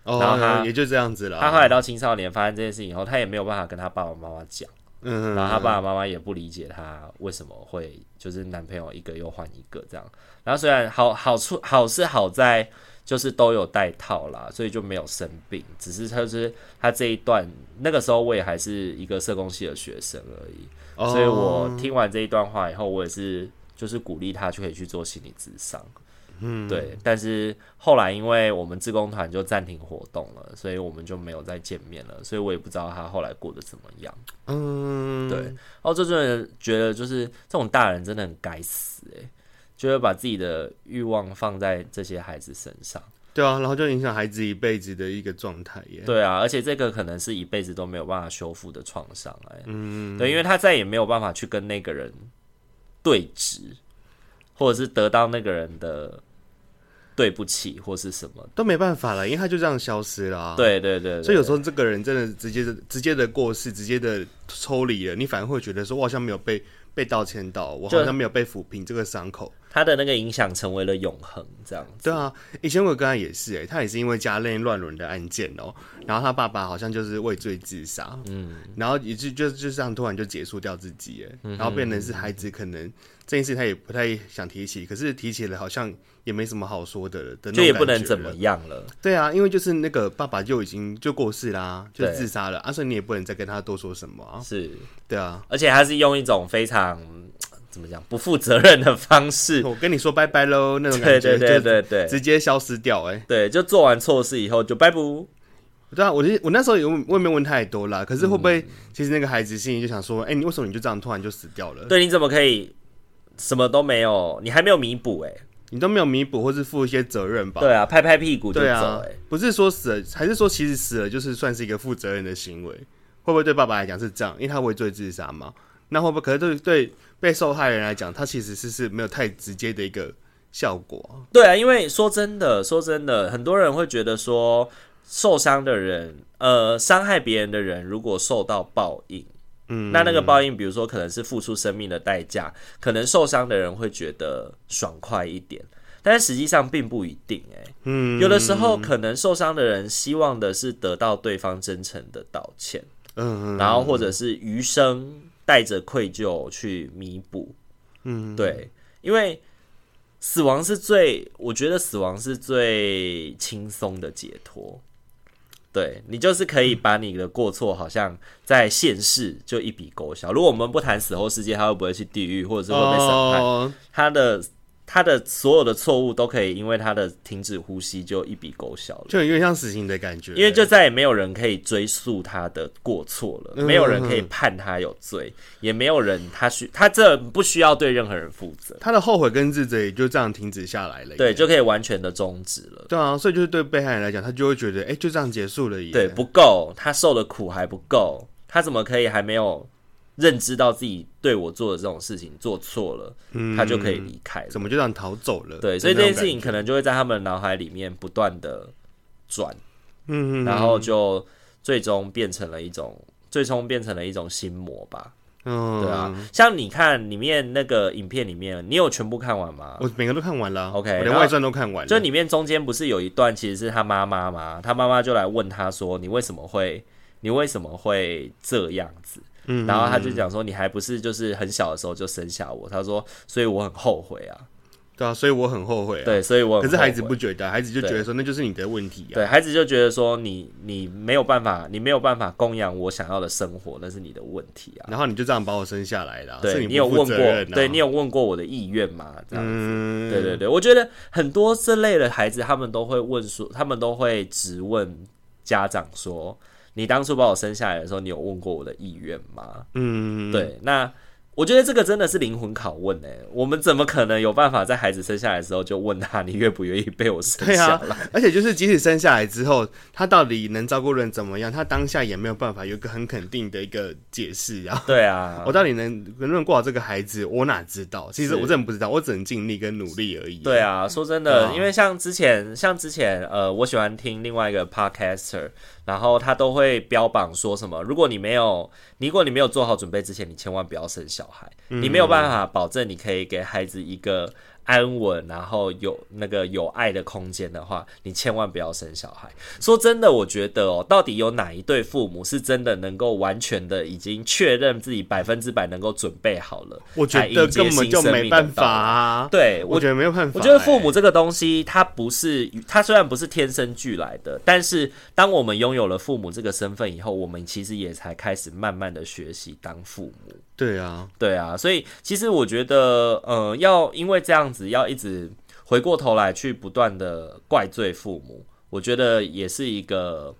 Speaker 1: 然后
Speaker 2: 哦
Speaker 1: 他，
Speaker 2: 也就这样子了。
Speaker 1: 他后来到青少年发生这件事情以后，他也没有办法跟他爸爸妈妈讲。
Speaker 2: 嗯，
Speaker 1: 然后他爸爸妈妈也不理解他为什么会就是男朋友一个又换一个这样。然后虽然好好处好是好在就是都有戴套啦，所以就没有生病，只是他就是他这一段那个时候我也还是一个社工系的学生而已，
Speaker 2: 哦
Speaker 1: 所以我听完这一段话以后，我也是就是鼓励他就可以去做心理咨商。嗯，对，但是后来因为我们志工团就暂停活动了，所以我们就没有再见面了，所以我也不知道他后来过得怎么样。
Speaker 2: 嗯，
Speaker 1: 对，然后这真的觉得就是这种大人真的很该死哎、欸，就会把自己的欲望放在这些孩子身上。
Speaker 2: 对啊，然后就影响孩子一辈子的一个状态耶。
Speaker 1: 对啊，而且这个可能是一辈子都没有办法修复的创伤哎。嗯，对，因为他再也没有办法去跟那个人对峙，或者是得到那个人的对不起或是什么。
Speaker 2: 都没办法了，因为他就这样消失了、啊。，
Speaker 1: 对对对对
Speaker 2: 所以有时候这个人真的直接的、直接的过世，直接的抽离了，你反而会觉得说，我好像没有被被道歉到，我
Speaker 1: 就
Speaker 2: 好像没有被抚平这个伤口。
Speaker 1: 他的那个影响成为了永恒，这样子。
Speaker 2: 对啊，以前我有个案也是、欸，他也是因为家内乱伦的案件哦、然后他爸爸好像就是畏罪自杀，嗯，然后也就就就这样突然就结束掉自己、欸，
Speaker 1: 嗯
Speaker 2: 然后变成是孩子可能这件事他也不太想提起，可是提起了好像也没什么好说的了，的那种
Speaker 1: 就也不能
Speaker 2: 感觉
Speaker 1: 怎
Speaker 2: 了
Speaker 1: 么样了，
Speaker 2: 对啊，因为就是那个爸爸就已经就过世啦、就
Speaker 1: 对
Speaker 2: 自杀了啊，所以你也不能再跟他多说什么啊。
Speaker 1: 是，
Speaker 2: 对啊，
Speaker 1: 而且他是用一种非常怎么讲不负责任的方式，
Speaker 2: 我跟你说拜拜喽，那种
Speaker 1: 对对
Speaker 2: 感觉
Speaker 1: 对
Speaker 2: 就
Speaker 1: 对对
Speaker 2: 直接消失掉哎、欸。
Speaker 1: 对，就做完错事以后就拜拜。
Speaker 2: 对啊，我就我那时候也问我也没问太多啦，可是会不
Speaker 1: 嗯
Speaker 2: 会其实那个孩子心里就想说，哎、你为什么你就这样突然就死掉了？
Speaker 1: 对，你怎么可以什么都没有？你还没有弥补哎，
Speaker 2: 你都没有弥补或是负一些责任吧？
Speaker 1: 对啊，拍拍屁股就
Speaker 2: 对
Speaker 1: 走
Speaker 2: 啊
Speaker 1: 哎、，
Speaker 2: 不是说死了，还是说其实死了就是算是一个负责任的行为？会不会对爸爸来讲是这样？因为他畏罪自杀嘛。那会不会？可是对对被受害人来讲，他其实是是没有太直接的一个效果。
Speaker 1: 对啊，因为说真的，说真的，很多人会觉得说受伤的人，呃，伤害别人的人，如果受到报应。
Speaker 2: 嗯，
Speaker 1: 那那个报应，比如说可能是付出生命的代价，可能受伤的人会觉得爽快一点，但是实际上并不一定、欸。
Speaker 2: 嗯，
Speaker 1: 有的时候可能受伤的人希望的是得到对方真诚的道歉，
Speaker 2: 嗯，
Speaker 1: 然后或者是余生带着愧疚去弥补。
Speaker 2: 嗯，
Speaker 1: 对，因为死亡是最，我觉得死亡是最轻松的解脱。对你就是可以把你的过错，好像在现世就一笔勾销。如果我们不谈死后世界，他会不会去地狱，或者是会被审判？
Speaker 2: 哦，
Speaker 1: 他的他的所有的错误都可以因为他的停止呼吸就一笔勾销了。
Speaker 2: 就有点像死刑的感觉，
Speaker 1: 因为就再也没有人可以追溯他的过错了，
Speaker 2: 嗯
Speaker 1: 没有人可以判他有罪，也没有人他需他这不需要对任何人负责，
Speaker 2: 他的后悔跟自责也就这样停止下来了耶。
Speaker 1: 对，就可以完全的终止了。
Speaker 2: 对啊，所以就是对被害人来讲，他就会觉得，哎、就这样结束了耶。
Speaker 1: 对，不够，他受的苦还不够，他怎么可以还没有认知到自己对我做的这种事情做错了，他就可以离开了？
Speaker 2: 怎么就这样逃走了？
Speaker 1: 对，所以这件事
Speaker 2: 就
Speaker 1: 情可能就会在他们脑海里面不断的转，
Speaker 2: 那种感觉，嗯嗯，
Speaker 1: 然后就最终变成了一种，最终变成了一种心魔吧。
Speaker 2: 嗯，
Speaker 1: 对啊，，像你看里面那个影片里面，你有全部看完吗？
Speaker 2: 哦我每个都看完了
Speaker 1: OK，
Speaker 2: 我
Speaker 1: 然
Speaker 2: 连
Speaker 1: 后
Speaker 2: 外传都看完了，
Speaker 1: 就里面中间不是有一段其实是他妈妈吗？他妈妈就来问他说：“你为什么会，你为什么会这样子？”
Speaker 2: 嗯
Speaker 1: 然后他就讲说：“你还不是就是很小的时候就生下我？”他说：“所以我很后悔啊。”
Speaker 2: 对啊，所以我很后悔、啊。，
Speaker 1: 对，所以我很
Speaker 2: 可是孩子
Speaker 1: 后悔
Speaker 2: 不觉得啊，孩子就觉得说那就是你的问题啊。
Speaker 1: 对孩子就觉得说你你没有办法，你没有办法供养我想要的生活，那是你的问题啊。
Speaker 2: 然后你就这样把我生下来了、是
Speaker 1: 对
Speaker 2: 你
Speaker 1: 有
Speaker 2: 不负
Speaker 1: 问
Speaker 2: 责任
Speaker 1: 过，
Speaker 2: 啊
Speaker 1: 对你有问过我的意愿吗？这样子，
Speaker 2: 嗯，
Speaker 1: 对对对，我觉得很多这类的孩子，他们都会问说，他们都会质问家长说，你当初把我生下来的时候，你有问过我的意愿吗？
Speaker 2: 嗯，
Speaker 1: 对，那我觉得这个真的是灵魂拷问哎、我们怎么可能有办法在孩子生下来的时候就问他， 你愿不愿意被我生
Speaker 2: 对
Speaker 1: 下
Speaker 2: 啊
Speaker 1: 来？，
Speaker 2: 而且就是即使生下来之后，他到底能照顾人怎么样，他当下也没有办法有一个很肯定的一个解释啊。
Speaker 1: 对啊，
Speaker 2: 我到底能能不能过好这个孩子，我哪知道？其实我真的不知道，我只能尽力跟努力而已。
Speaker 1: 对，啊，说真
Speaker 2: 对
Speaker 1: 的
Speaker 2: 啊，
Speaker 1: 因为像之前，像之前，呃，我喜欢听另外一个 podcaster，然后他都会标榜说什么，如果你没有，如果你没有做好准备之前，你千万不要生小孩，
Speaker 2: 嗯
Speaker 1: 你没有办法保证你可以给孩子一个安稳，然后有那个有爱的空间的话，你千万不要生小孩。说真的，我觉得哦，到底有哪一对父母是真的能够完全的已经确认自己百分之百能够准备好了，
Speaker 2: 我觉
Speaker 1: 才迎
Speaker 2: 得
Speaker 1: 接
Speaker 2: 根本
Speaker 1: 新
Speaker 2: 就
Speaker 1: 生
Speaker 2: 没
Speaker 1: 命的
Speaker 2: 办
Speaker 1: 到
Speaker 2: 法
Speaker 1: 来
Speaker 2: 啊。
Speaker 1: 对
Speaker 2: 我
Speaker 1: 我
Speaker 2: 觉得没有办法欸、
Speaker 1: 我觉得父母这个东西，它不是它虽然不是天生俱来的，但是当我们拥有了父母这个身份以后，我们其实也才开始慢慢的学习当父母。
Speaker 2: 对啊，
Speaker 1: 对啊，所以其实我觉得，呃，要因为这样子，要一直回过头来去不断的怪罪父母，我觉得也是一个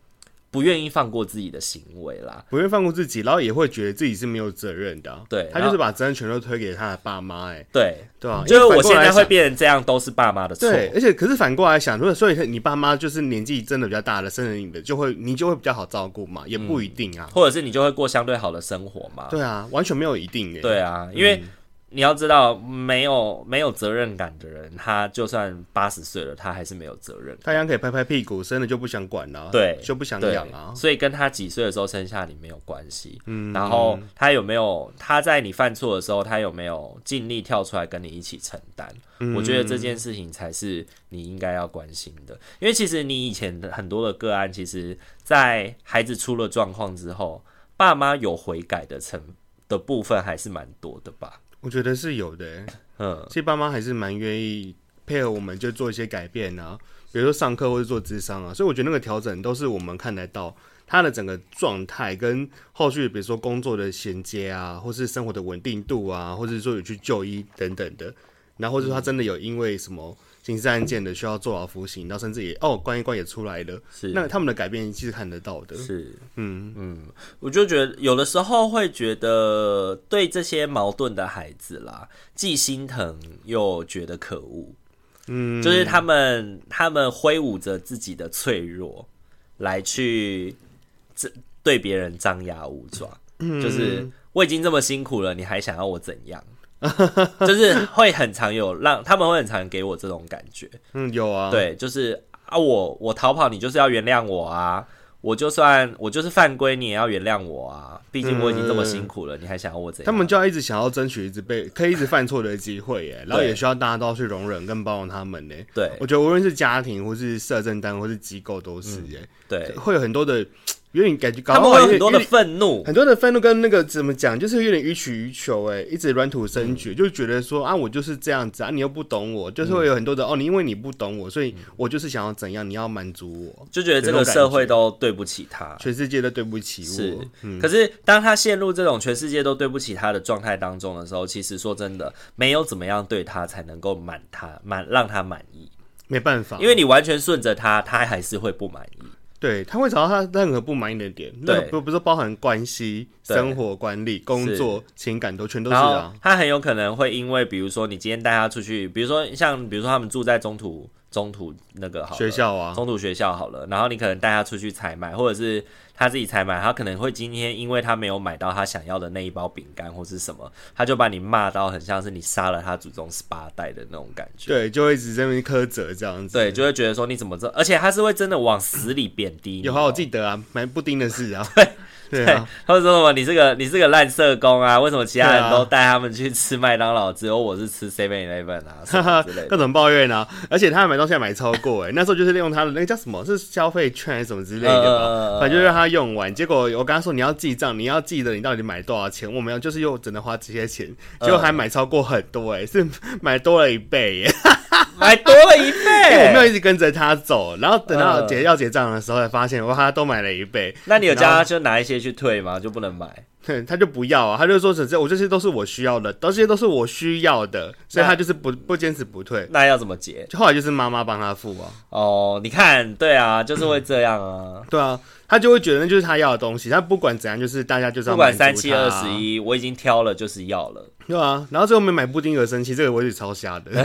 Speaker 1: 不愿意放过自己的行为啦。
Speaker 2: 不愿放过自己，然后也会觉得自己是没有责任的啊、
Speaker 1: 对
Speaker 2: 他就是把责任全都推给他的爸妈、哎，
Speaker 1: 对，
Speaker 2: 对啊，
Speaker 1: 就是
Speaker 2: 因为
Speaker 1: 我
Speaker 2: 反过
Speaker 1: 现
Speaker 2: 来
Speaker 1: 在会
Speaker 2: 想
Speaker 1: 变成这样，都是爸妈的错。
Speaker 2: 对，而且可是反过来想，如果所以你爸妈就是年纪真的比较大了，生了你的，就会你就会比较好照顾嘛，也不一定啊。
Speaker 1: 或者是你就嗯会过相对好的生活嘛？
Speaker 2: 对啊，完全没有一定的、
Speaker 1: 对啊，因
Speaker 2: 嗯
Speaker 1: 为你要知道，没有没有责任感的人，他就算八十岁了，他还是没有责任。
Speaker 2: 太阳可以拍拍屁股，生了就不想管了、啊
Speaker 1: 对，
Speaker 2: 就不想
Speaker 1: 对
Speaker 2: 养啊。
Speaker 1: 所以跟他几岁的时候生下你没有关系。嗯，然后他有没有他在你犯错的时候，他有没有尽力跳出来跟你一起承担？
Speaker 2: 嗯
Speaker 1: 我觉得这件事情才是你应该要关心的，因为其实你以前的很多的个案，其实，在孩子出了状况之后，爸妈有悔改的成的部分还是蛮多的吧？
Speaker 2: 我觉得是有的、欸
Speaker 1: 嗯。
Speaker 2: 其实爸妈还是蛮愿意配合我们，就做一些改变啊，比如说上课或者做智商啊。所以我觉得那个调整都是我们看得到他的整个状态跟后续，比如说工作的衔接啊，或是生活的稳定度啊，或者说有去就医等等的。然后或
Speaker 1: 嗯
Speaker 2: 者说他真的有因为什么刑事案件的需要做好服刑，然后甚至也哦关一关也出来了，
Speaker 1: 是
Speaker 2: 那他们的改变其实看得到的。
Speaker 1: 是，嗯嗯，我就觉得有的时候会觉得对这些矛盾的孩子啦，既心疼又觉得可恶。嗯，就是他们他们挥舞着自己的脆弱来去这对别人张牙舞爪，就是我已经这么辛苦了，你还想要我怎样？就是会很常有让他们会很常给我这种感觉，
Speaker 2: 嗯，有啊，，
Speaker 1: 对，就是啊，我我逃跑，你就是要原谅我啊！我就算我就是犯规，你也要原谅我啊！毕竟我已经这么辛苦了，你还想要我怎样？
Speaker 2: 他们就要一直想要争取一直被可以一直犯错的机会耶，然后
Speaker 1: 对
Speaker 2: 也需要大家都要去容忍跟包容他们呢。
Speaker 1: 对
Speaker 2: 我觉得无论是家庭或是社政单位或是机构都是耶，
Speaker 1: 嗯对，
Speaker 2: 会有很多的有点感觉，搞
Speaker 1: 他
Speaker 2: 不
Speaker 1: 们会
Speaker 2: 好有
Speaker 1: 有很
Speaker 2: 点
Speaker 1: 多的
Speaker 2: 有点
Speaker 1: 愤怒，
Speaker 2: 很多的愤怒跟那个怎么讲，就是有点予取予求哎，一直软土
Speaker 1: 嗯
Speaker 2: 生绝，就觉得说啊我就是这样子啊，你又不懂我，就是
Speaker 1: 嗯
Speaker 2: 会有很多的、哦，你因为你不懂我，所以我就是想要怎样，你要满足我，
Speaker 1: 就觉得这个社会都对不起他。
Speaker 2: 全世界都对不起
Speaker 1: 是
Speaker 2: 我，，
Speaker 1: 可是当他陷入这种全世界都对不起他的状态当中的时候，其实说真的，没有怎么样对他才能够满他满让他满意，
Speaker 2: 没办法，
Speaker 1: 因为你完全顺着他，他还是会不满意。
Speaker 2: 对，他会找到他任何不满意的点，那个不不是包含关系、
Speaker 1: 对
Speaker 2: 生活管理、工作、情感都全都是
Speaker 1: 然后
Speaker 2: 啊。
Speaker 1: 他很有可能会因为，比如说你今天带他出去，比如说像比如说他们住在中途中途那个好了
Speaker 2: 学、校啊，
Speaker 1: 中途学校好了，然后你可能带他出去采买，或者是他自己采买，他可能会今天因为他没有买到他想要的那一包饼干或是什么，他就把你骂到很像是你杀了他祖宗十八代的那种感觉。
Speaker 2: 对，就会一直在那边苛责这样子。
Speaker 1: 对，就会觉得说你怎么这，而且他是会真的往死里贬低你哦。
Speaker 2: 有好我记得啊，买布丁的事啊。对对啊，
Speaker 1: 他们说什么你这个你这个烂社工啊？为什么其他
Speaker 2: 对啊
Speaker 1: 人都带他们去吃麦当劳，只有我是吃 Seven Eleven 啊什
Speaker 2: 哈
Speaker 1: 么
Speaker 2: 哈
Speaker 1: 之类，的？
Speaker 2: 各种抱怨啊，而且他还买到到现在买超过哎、那时候就是利用他的那个叫什么是消费券还是什么之类的吧，
Speaker 1: 呃
Speaker 2: 反正就让他用完。结果我跟他说你要记账，你要记得你到底买多少钱，我们要就是又只能花这些钱，结
Speaker 1: 呃
Speaker 2: 果还买超过很多哎、是买多了一倍欸耶、
Speaker 1: 买多了一
Speaker 2: 因哎为我没有
Speaker 1: 倍。
Speaker 2: 一直跟着他走，然后等
Speaker 1: 哎
Speaker 2: 到
Speaker 1: 嗯
Speaker 2: 结要结账的时候才发现哇他都买了一倍，
Speaker 1: 那你有叫
Speaker 2: 然后
Speaker 1: 他就拿一些去退吗？就不能买？
Speaker 2: 哼，他就不要啊，他就说只是我这些都是我需要的，都这些都是我需要的，所以
Speaker 1: 那
Speaker 2: 他就是不不坚持不退。
Speaker 1: 那要怎么结？
Speaker 2: 就后来就是妈妈帮他付啊，
Speaker 1: 哦，你看，对啊，就是会这样啊。
Speaker 2: 对啊，他就会觉得那就是他要的东西，他不管怎样，就是大家就是要
Speaker 1: 不管
Speaker 2: 满足他啊
Speaker 1: 三七二十，一，我已经挑了，就是要了，
Speaker 2: 对啊，然后最后没买布丁而生气，这个我也超瞎的，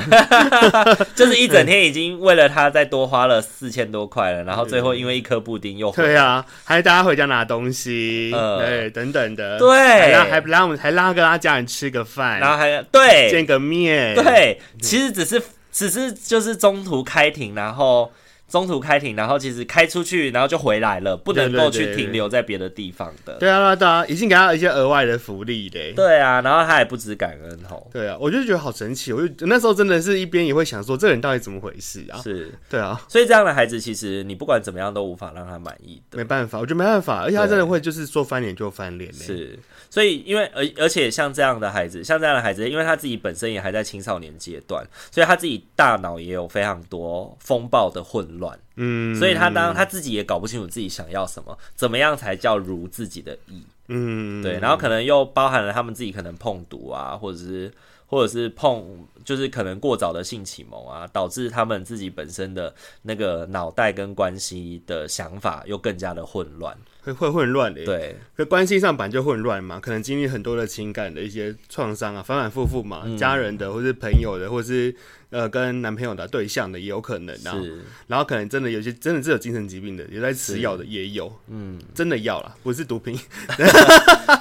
Speaker 1: 就是一整天已经为了他再多花了四千多块了，然后最后因为一颗布丁又回来
Speaker 2: 对啊，还大家回家拿东西，
Speaker 1: 呃
Speaker 2: 对，等等的，
Speaker 1: 对
Speaker 2: 还拉还拉我们还拉个他家人吃个饭，
Speaker 1: 然后还对
Speaker 2: 见个面，，
Speaker 1: 对，
Speaker 2: 嗯
Speaker 1: 其实只是只是就是中途开庭，然后中途开庭，然后其实开出去，然后就回来了，不
Speaker 2: 对
Speaker 1: 能够
Speaker 2: 对
Speaker 1: 去
Speaker 2: 对
Speaker 1: 停
Speaker 2: 对
Speaker 1: 留在别的地方的。
Speaker 2: 对啊，对啊，对啊，已经给他一些额外的福利嘞，
Speaker 1: 对啊，然后他也不知感恩吼，
Speaker 2: 对啊，我就觉得好神奇，我就那时候真的是一边也会想说，这个人到底怎么回事啊？
Speaker 1: 是，
Speaker 2: 对啊，
Speaker 1: 所以这样的孩子其实你不管怎么样都无法让他满意的。
Speaker 2: 没办法，我觉得没办法，而且他真的会就是说翻脸就翻脸、欸，
Speaker 1: 是，所以因为而而且像这样的孩子，像这样的孩子，因为他自己本身也还在青少年阶段，所以他自己大脑也有非常多风暴的混乱，
Speaker 2: 嗯，
Speaker 1: 所以他当他自己也搞不清楚自己想要什么，怎么样才叫如自己的意，
Speaker 2: 嗯，
Speaker 1: 对，然后可能又包含了他们自己可能碰毒啊，或者是或者是碰就是可能过早的性启蒙啊，导致他们自己本身的那个脑袋跟关系的想法又更加的混乱，
Speaker 2: 会会混乱的、欸，，
Speaker 1: 对，
Speaker 2: 可关系上本来就混乱嘛，可能经历很多的情感的一些创伤啊，反反复复
Speaker 1: 嗯
Speaker 2: 嘛，家人的或是朋友的，或是呃跟男朋友的对象的也有可能啊，
Speaker 1: 是。
Speaker 2: 然后可能真的有些真的是有精神疾病的，有在吃药的也有，嗯，真的药啦，不是毒品，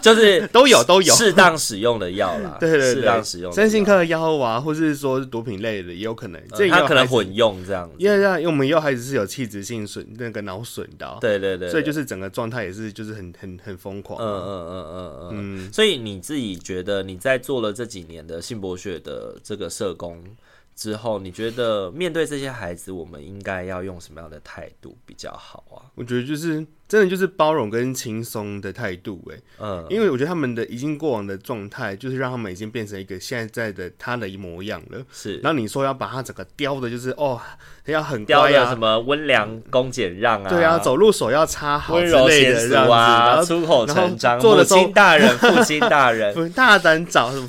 Speaker 1: 就是
Speaker 2: 都有都有
Speaker 1: 适当使用的药啦，
Speaker 2: 对对
Speaker 1: 啊适
Speaker 2: 对
Speaker 1: 当使用的药
Speaker 2: 身心科的药物啊，或是说毒品类的也有可能，
Speaker 1: 呃
Speaker 2: 这也有
Speaker 1: 它可能
Speaker 2: 孩子
Speaker 1: 混用这样子，
Speaker 2: 因为让因为我们也有孩子是有器质性损那个脑损的、啊，
Speaker 1: 对对对，
Speaker 2: 所以就是是整个状态也是就是很很很疯狂。
Speaker 1: 嗯嗯嗯嗯嗯，所以你自己觉得你在做了这几年的性博学的这个社工之后，你觉得面对这些孩子，我们应该要用什么样的态度比较好啊？
Speaker 2: 我觉得就是真的就是包容跟轻松的态度、欸，
Speaker 1: 嗯，
Speaker 2: 因为我觉得他们的已经过往的状态，就是让他们已经变成一个现在的他的模样了。
Speaker 1: 是
Speaker 2: 然后你说要把他整个雕的，就是哦，要很
Speaker 1: 雕
Speaker 2: 乖
Speaker 1: 的什
Speaker 2: 啊，
Speaker 1: 么温良恭俭让啊，
Speaker 2: 对啊，走路手要插好
Speaker 1: 温
Speaker 2: 之
Speaker 1: 柔
Speaker 2: 类
Speaker 1: 贤
Speaker 2: 的
Speaker 1: 淑
Speaker 2: 这样子，然
Speaker 1: 啊，
Speaker 2: 后
Speaker 1: 出口成章，
Speaker 2: 然后做
Speaker 1: 母
Speaker 2: 的时候
Speaker 1: 亲大 人，父亲大人，
Speaker 2: 不大胆找 什么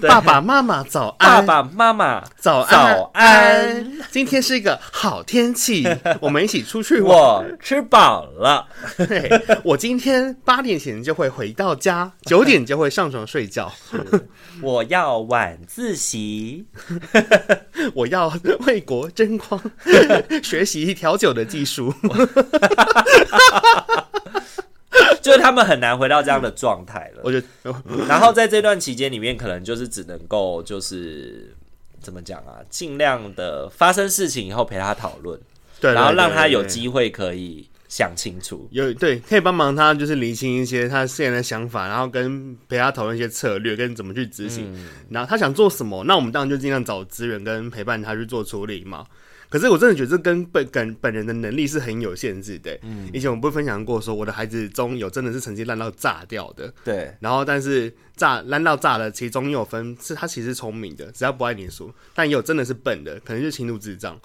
Speaker 1: 对
Speaker 2: 爸爸妈妈早
Speaker 1: 爸
Speaker 2: 安，
Speaker 1: 爸妈妈
Speaker 2: 早安，
Speaker 1: 早安，
Speaker 2: 今天是一个好天 气，我们一起出去玩。
Speaker 1: 我吃饱了，
Speaker 2: 对我今天八点前就会回到 家，九点就会上床睡觉。
Speaker 1: 我要晚自习。
Speaker 2: 我要为国争 光，学习调酒的技术。
Speaker 1: 就是他们很难回到这样的状态了。
Speaker 2: 我嗯觉得
Speaker 1: 然后在这段期间里面，可能就是只能够就是怎么讲啊，尽量的发生事情以后陪他讨论，
Speaker 2: 对，
Speaker 1: 然后让他
Speaker 2: 对
Speaker 1: 有
Speaker 2: 对
Speaker 1: 机会可以想清楚。
Speaker 2: 有对，可以帮忙他就是理清一些他现在的想法，然后跟陪他讨论一些策略跟怎么去执行。然后他想做什么，那我们当然就尽量找资源跟陪伴他去做处理嘛。可是我真的觉得这跟本跟本人的能力是很有限制的、嗯，以前我们不是分享过说我的孩子中有真的是成绩烂到炸掉的，
Speaker 1: 对，
Speaker 2: 然后但是炸烂到炸了，其中也有分是他其实是聪明的，只要不爱念书，但也有真的是笨的，可能就是轻度智障。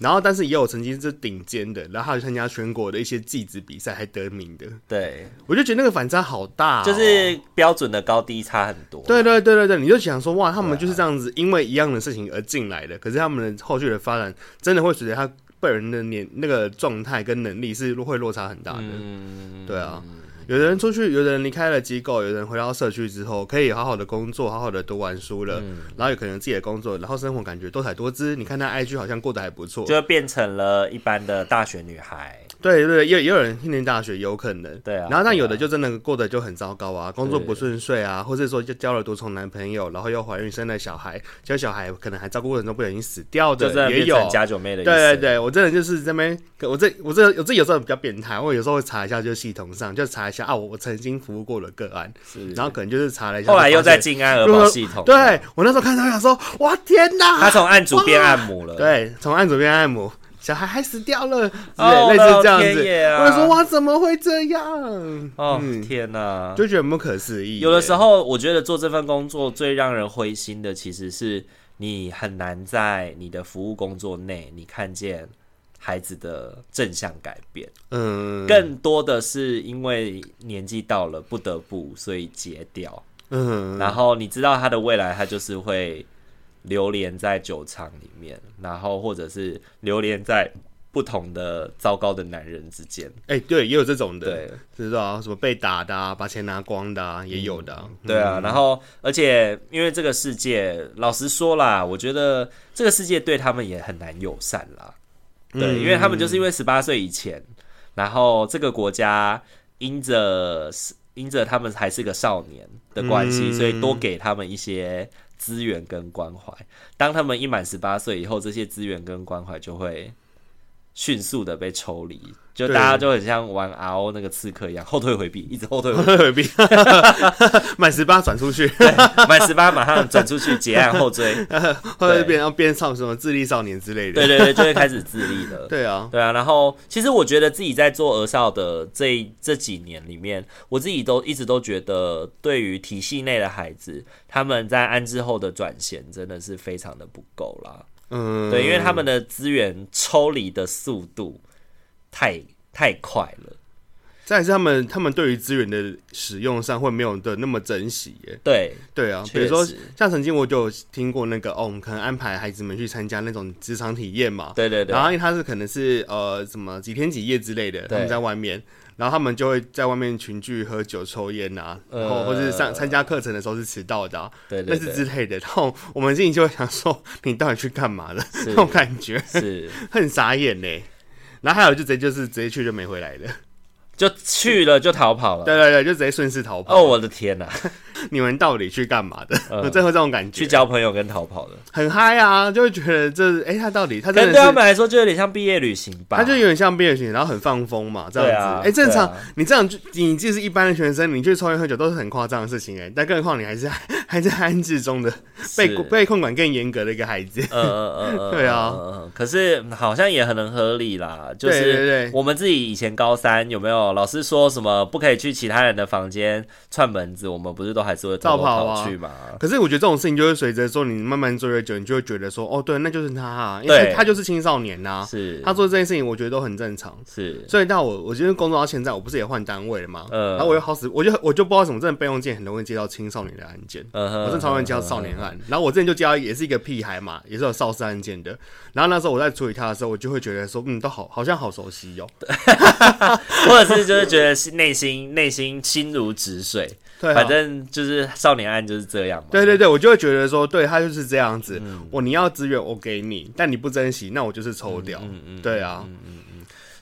Speaker 2: 然后但是也有曾经是顶尖的，然后还有参加全国的一些技职比赛还得名的，
Speaker 1: 对，
Speaker 2: 我就觉得那个反差好大哦、
Speaker 1: 就是标准的高低差很多。
Speaker 2: 对对对对对，你就想说哇，他
Speaker 1: 啊
Speaker 2: 们就是这样子，因为一样的事情而进来的，可是他们的后续的发展真的会随着他本人的年那个状态跟能力是会落差很大的。
Speaker 1: 嗯，
Speaker 2: 对啊，有的人出去，有的人离开了机构，有的人回到社区之后，可以好好的工作，好好的读完书了，
Speaker 1: 嗯
Speaker 2: 然后有可能自己的工作，然后生活感觉多彩多姿。你看他 IG 好像过得还不错，
Speaker 1: 就变成了一般的大学女孩。
Speaker 2: 对对，也也有人念大学有可能，
Speaker 1: 对啊
Speaker 2: 然后
Speaker 1: 对啊
Speaker 2: 但有的就真的过得就很糟糕啊，工作
Speaker 1: 对
Speaker 2: 不顺遂啊，或者说就交了多重男朋友，然后又怀孕生了小孩，结果小孩可能还照顾过程中不小心死掉
Speaker 1: 就真的
Speaker 2: 的也
Speaker 1: 变
Speaker 2: 有。
Speaker 1: 成假九妹的
Speaker 2: 对
Speaker 1: 意思。
Speaker 2: 对对，我真的就是这边，可我这我这我这有时候比较变态，我有时候会查一下，就是系统上就查一下啊，我我曾经服务过的个案，
Speaker 1: 是
Speaker 2: 然后可能就是查了一下，
Speaker 1: 后来又在
Speaker 2: 进
Speaker 1: 静安儿保系统，
Speaker 2: 对我那时候看到想说，哇天哪！
Speaker 1: 他从案主变按摩了，，
Speaker 2: 对，从按左边按摩，小孩还死掉了，之类、
Speaker 1: 哦
Speaker 2: 类似这样
Speaker 1: 我的老天爷
Speaker 2: 子。
Speaker 1: 啊
Speaker 2: 我就说哇，怎么会这样？
Speaker 1: 哦
Speaker 2: 嗯
Speaker 1: 天哪！
Speaker 2: 就觉得很不可思议。
Speaker 1: 有的时，候，我觉得做这份工作最让人灰心的，其实是你很难在你的服务工作内，你看见孩子的正向改变。
Speaker 2: 嗯，
Speaker 1: 更多的是因为年纪到了，不得不所以截掉。
Speaker 2: 嗯，
Speaker 1: 然后你知道他的未来，他就是会流连在酒厂里面，然后或者是流连在不同的糟糕的男人之间。
Speaker 2: 哎、对，也有这种的，
Speaker 1: 对
Speaker 2: 知道什么被打的、啊，把钱拿光的、啊，也有的、啊。
Speaker 1: 对 啊，然后而且因为这个世界，老实说啦，我觉得这个世界对他们也很难友善啦。
Speaker 2: 嗯
Speaker 1: 对，因为他们就是因为十八岁以前，然后这个国家因着因着他们还是个少年的关系，
Speaker 2: 嗯
Speaker 1: 所以多给他们一些资源跟关怀。当他们一满十八岁以后，这些资源跟关怀就会迅速的被抽离，就
Speaker 2: 对
Speaker 1: 大家就很像玩 RO 那个刺客一样，后退回避，一直后退回避。
Speaker 2: 特别 满十八转出 去，
Speaker 1: 满十八马上转出去结案后追，
Speaker 2: 或者变成变少什么智力少年之类的。
Speaker 1: 对对对，就会开始自立了。
Speaker 2: 对啊，
Speaker 1: 对啊，然后其实我觉得自己在做儿少的这一这几年里面，我自己都一直都觉得，对于体系内的孩子，他们在安置后的转衔真的是非常的不够啦。
Speaker 2: 嗯，
Speaker 1: 对，因为他们的资源抽离的速度太太快了。
Speaker 2: 再来是他们他们对于资源的使用上会没有的那么珍惜耶。
Speaker 1: 对，
Speaker 2: 对啊，比
Speaker 1: 确
Speaker 2: 如说
Speaker 1: 实
Speaker 2: 像曾经我就有听过那个哦，我们可能安排孩子们去参加那种职场体验嘛，
Speaker 1: 对对对啊
Speaker 2: 然，后因为他是可能是呃什么几天几夜之类的，他们在外面，然后他们就会在外面群聚喝酒抽烟啊，
Speaker 1: 呃
Speaker 2: 然后或是上参加课程的时候是迟到的、啊，
Speaker 1: 对
Speaker 2: 类
Speaker 1: 对
Speaker 2: 似
Speaker 1: 对，
Speaker 2: 之类的，然后我们心里就会想说，你到底去干嘛了？
Speaker 1: 是
Speaker 2: 那种感觉
Speaker 1: 是，
Speaker 2: 很傻眼呢。然后还有就直接就是直接去就没回来的，
Speaker 1: 哦就去了就逃跑了。
Speaker 2: 对对对，就直接顺势逃跑。
Speaker 1: 哦，我的天哪、
Speaker 2: 你们到底去干嘛的？
Speaker 1: 呃
Speaker 2: 我最后这种感觉，
Speaker 1: 去交朋友跟逃跑的。
Speaker 2: 很嗨啊，就会觉得这哎、他到底他
Speaker 1: 可
Speaker 2: 真
Speaker 1: 能
Speaker 2: 的
Speaker 1: 对他
Speaker 2: 是。
Speaker 1: 们来说就有点像毕业旅行吧。
Speaker 2: 他就有点像毕业旅行，然后很放风嘛，这样
Speaker 1: 对
Speaker 2: 子。哎、
Speaker 1: 啊
Speaker 2: 正常，
Speaker 1: 对啊
Speaker 2: 你这样就你既是一般的学生，你去抽烟喝酒都是很夸张的事情哎、但更何况你还是 还在安置中的，被
Speaker 1: 是
Speaker 2: 被控管更严格的一个孩子。
Speaker 1: 呃呃 呃，
Speaker 2: 对啊
Speaker 1: 呃，呃呃可是好像也很能合理啦，就
Speaker 2: 对对
Speaker 1: 是
Speaker 2: 对
Speaker 1: 我们自己以前高三有没有老师说什么不可以去其他人的房间串门子，我们不是都还是会偷
Speaker 2: 照
Speaker 1: 偷
Speaker 2: 跑啊
Speaker 1: 跑去嘛？
Speaker 2: 可是我觉得这种事情就会随着说你慢慢做越久，你就会觉得说，哦，对，那就是他、啊，因为
Speaker 1: 对
Speaker 2: 他就是青少年呐、
Speaker 1: 是，
Speaker 2: 他做这件事情，我觉得都很正常。
Speaker 1: 是
Speaker 2: 所以到我，我今天工作到现在，我不是也换单位了吗？
Speaker 1: 嗯
Speaker 2: 然后我又好死，我就我就不知道为什么，真的备用件很容易接到青少年的案件。
Speaker 1: 嗯哼
Speaker 2: 我正常人教少年啊案，然后我之前就教也是一个屁孩嘛，也是有少事案件的。然后那时候我在处理他的时候，我就会觉得说，嗯，都好，好像好熟悉哦哟、
Speaker 1: 或者是就是觉得是内心内心心如止水，
Speaker 2: 对、啊，
Speaker 1: 反正就是少年案就是这样嘛。
Speaker 2: 对对对，我就会觉得说，对他就是这样子。
Speaker 1: 嗯
Speaker 2: 我你要资源我给你，但你不珍惜，那我就是抽掉。
Speaker 1: 嗯
Speaker 2: 对啊，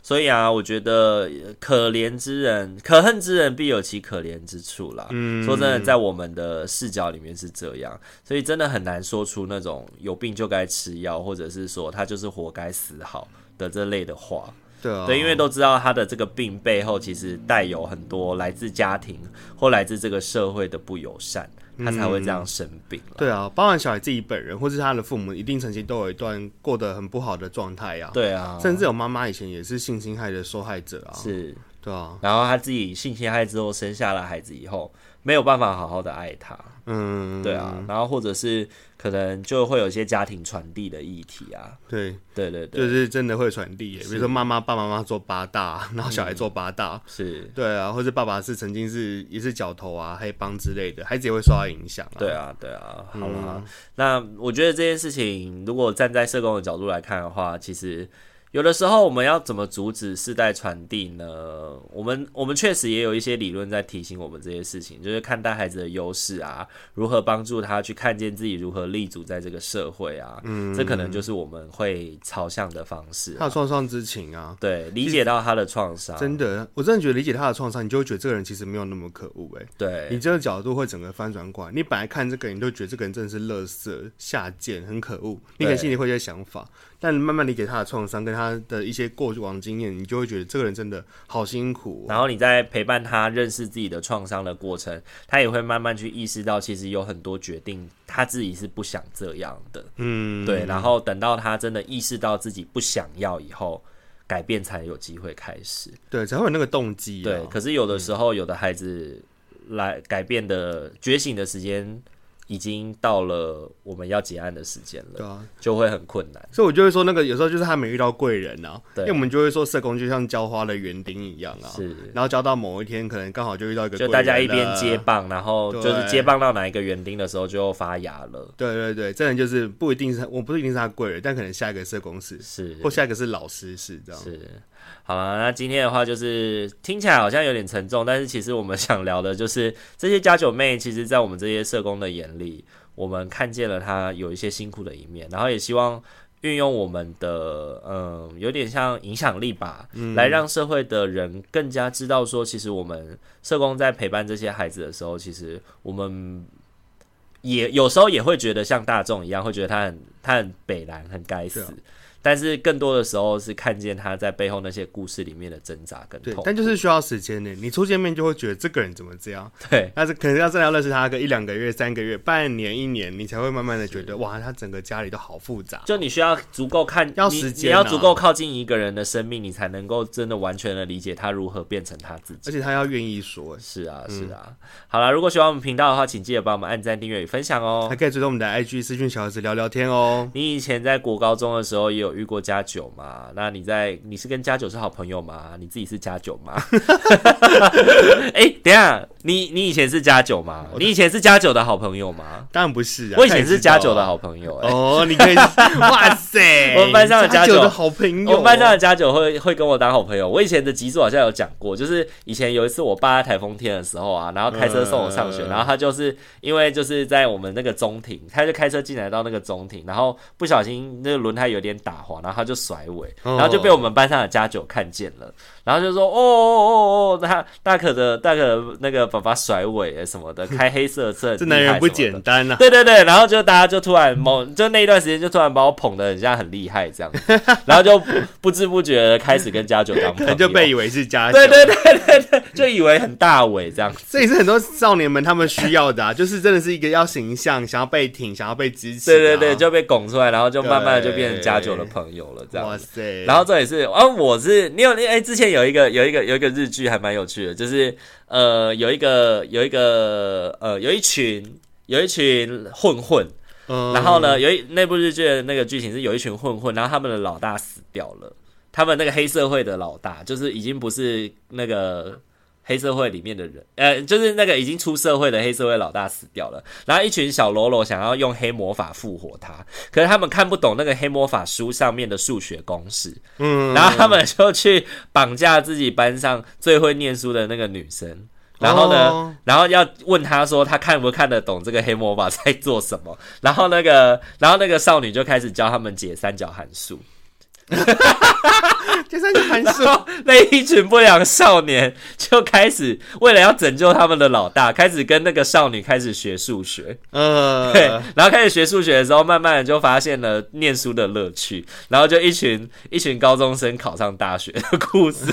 Speaker 1: 所以啊，我觉得呃可怜之人，可恨之人必有其可怜之处啦。嗯，说真的，在我们的视角里面是这样，所以真的很难说出那种有病就该吃药，或者是说他就是活该死好的这类的话。
Speaker 2: 对啊，
Speaker 1: 对，因为都知道他的这个病背后其实带有很多来自家庭或来自这个社会的不友善，他才会这样生病啦。
Speaker 2: 对啊，包含小孩自己本人或是他的父母，一定曾经都有一段过得很不好的状态呀。
Speaker 1: 对啊，
Speaker 2: 甚至有妈妈以前也是性侵害的受害者啊。
Speaker 1: 是。
Speaker 2: 对啊，
Speaker 1: 然后他自己性侵害之后生下了孩子以后，没有办法好好的爱他。
Speaker 2: 嗯，
Speaker 1: 对啊，然后或者是可能就会有一些家庭传递的议题啊，
Speaker 2: 对，
Speaker 1: 对对对，
Speaker 2: 就是真的会传递耶，比如说妈妈、爸爸妈妈做八大，啊然后小孩做八大，
Speaker 1: 是，
Speaker 2: 对啊，或者爸爸是曾经是也是角头啊、黑帮之类的，孩子也会受到影响啊。
Speaker 1: 对啊对啊，好
Speaker 2: 嗯
Speaker 1: 啦，那我觉得这件事情如果站在社工的角度来看的话，其实有的时候我们要怎么阻止世代传递呢？我们我们确实也有一些理论在提醒我们这些事情，就是看待孩子的优势啊，如何帮助他去看见自己如何立足在这个社会啊，嗯，这可能就是我们会朝向的方式
Speaker 2: 他
Speaker 1: 啊、
Speaker 2: 有创伤之情啊，
Speaker 1: 对，理解到他的创伤，
Speaker 2: 真的，我真的觉得理解他的创伤，你就会觉得这个人其实没有那么可恶哎、你
Speaker 1: 对，
Speaker 2: 这个角度会整个翻转过来。你本来看这个人，你就觉得这个人真的是垃圾、下贱、很可恶，你可能
Speaker 1: 对
Speaker 2: 心里会有一些想法，但慢慢理解他的创伤跟他的一些过往经验，你就会觉得这个人真的好辛苦哦、
Speaker 1: 然后你在陪伴他认识自己的创伤的过程，他也会慢慢去意识到，其实有很多决定他自己是不想这样的，
Speaker 2: 嗯，
Speaker 1: 对，然后等到他真的意识到自己不想要以后，改变才有机会开始。
Speaker 2: 对，才会有那个动机、啊。
Speaker 1: 对，可是有的时候，有的孩子来改变的觉醒的时间已经到了我们要结案的时间
Speaker 2: 对
Speaker 1: 了，
Speaker 2: 啊，
Speaker 1: 就会很困难。
Speaker 2: 所以我就会说，那个有时候就是他没遇到贵人啊，
Speaker 1: 对
Speaker 2: 因为我们就会说，社工就像浇花的园丁一样啊，
Speaker 1: 是，
Speaker 2: 然后浇到某一天，可能刚好就遇到一个
Speaker 1: 就
Speaker 2: 贵
Speaker 1: 大家
Speaker 2: 人
Speaker 1: 一边
Speaker 2: 了
Speaker 1: 接棒，然后就是
Speaker 2: 对
Speaker 1: 接棒到哪一个园丁的时候就发芽了。
Speaker 2: 对对对，真的就是不一定是，我不一定是他贵人，但可能下一个社工是，
Speaker 1: 是，
Speaker 2: 或下一个是老师是这样。
Speaker 1: 是，好了，那今天的话就是听起来好像有点沉重，但是其实我们想聊的就是这些家酒妹，其实，在我们这些社工的眼里，我们看见了她有一些辛苦的一面，然后也希望。运用我们的嗯，有点像影响力吧，
Speaker 2: 嗯
Speaker 1: 来让社会的人更加知道说，其实我们社工在陪伴这些孩子的时候，其实我们也有时候也会觉得像大众一样，会觉得他很他很北蓝，很该死。
Speaker 2: 对啊
Speaker 1: 但是更多的时候是看见他在背后那些故事里面的挣扎跟
Speaker 2: 对
Speaker 1: 痛，苦。
Speaker 2: 但就是需要时间呢。你初见面就会觉得这个人怎么这样，
Speaker 1: 对
Speaker 2: 但是可能要真的要认识他个一两个月、三个月、半年、一年，你才会慢慢的觉得哇，他整个家里都好复杂。
Speaker 1: 就你需要足够看，
Speaker 2: 要
Speaker 1: 你
Speaker 2: 时
Speaker 1: 你
Speaker 2: 间
Speaker 1: 要
Speaker 2: 啊
Speaker 1: 足够靠近一个人的生命，你才能够真的完全的理解他如何变成他自己
Speaker 2: 而。且他要愿意说，
Speaker 1: 是啊，
Speaker 2: 嗯
Speaker 1: 是啊。好啦，如果喜欢我们频道的话，请记得帮我们按赞、订阅与分享哦
Speaker 2: 还。可以追踪我们的 IG 私讯小孩子聊聊天哦。
Speaker 1: 你以前在国高中的时候也有遇过家酒吗？那你在你是跟家酒是好朋友吗？你自己是家酒 吗？哎、等一下，你你以前是家酒吗？你以前是家酒的好朋友吗？
Speaker 2: 当然不是啊，
Speaker 1: 我以前
Speaker 2: 他也
Speaker 1: 是
Speaker 2: 知道啊
Speaker 1: 家酒的好朋友、哎、
Speaker 2: 哦，你 可以，哇塞，
Speaker 1: 我们班上的家
Speaker 2: 九
Speaker 1: 酒
Speaker 2: 的好朋友，哦
Speaker 1: 我们班上的家酒会会跟我当好朋友。我以前的集数好像有讲过，就是以前有一次我爸台风天的时候啊，然后开车送我上学，
Speaker 2: 嗯
Speaker 1: 然后他就是因为就是在我们那个中庭，他就开车进来到那个中庭，然后不小心那个轮胎有点打滑，然后他就甩尾，
Speaker 2: 哦
Speaker 1: 然后就被我们班上的家酒看见了，然后就说哦哦哦哦，那大可的大可的那个爸爸甩尾什么的，开黑色车，
Speaker 2: 这男人不简
Speaker 1: 单。
Speaker 2: 单啊。
Speaker 1: 对对对，然后就大家就突然猛，就那一段时间就突然把我捧得很像很厉害这样 子，然后就不知不觉的开始跟家九当朋
Speaker 2: 可
Speaker 1: 友，
Speaker 2: 能就被以为是家酒，
Speaker 1: 对对对对对，就以为很大伟这样子。
Speaker 2: 这也是很多少年们他们需要的、啊，就是真的是一个要形象，想要被挺，想要被支持、啊。
Speaker 1: 对对对，就被拱出来，然后就慢慢的就变成家九的朋友了，这样
Speaker 2: 哇
Speaker 1: 子。
Speaker 2: 塞，
Speaker 1: 然后这也是，啊，我是你有你哎、之前有一个有一个有一个日剧还蛮有趣的，就是呃有一个有一个呃有一群有一群混混，
Speaker 2: 嗯
Speaker 1: 然后呢，有一那部日剧的那个剧情是有一群混混，然后他们的老大死掉了，他们那个黑社会的老大就是已经不是那个黑社会里面的人，呃，就是那个已经出社会的黑社会老大死掉了，然后一群小喽啰想要用黑魔法复活他，可是他们看不懂那个黑魔法书上面的数学公式，
Speaker 2: 嗯，
Speaker 1: 然后他们就去绑架自己班上最会念书的那个女生。然后呢
Speaker 2: 哦
Speaker 1: 然后要问她说她看不看得懂这个黑魔法在做什么？然后那个， 然后那个少女就开始教他们解三角函数。
Speaker 2: 这三个函 数
Speaker 1: 然后那一群不良少年就开始为了要拯救他们的老大，开始跟那个少女开始学数学。
Speaker 2: 呃，
Speaker 1: 对，然后开始学数学的时候，慢慢的就发现了念书的乐趣，然后就一群一群高中生考上大学的故 事。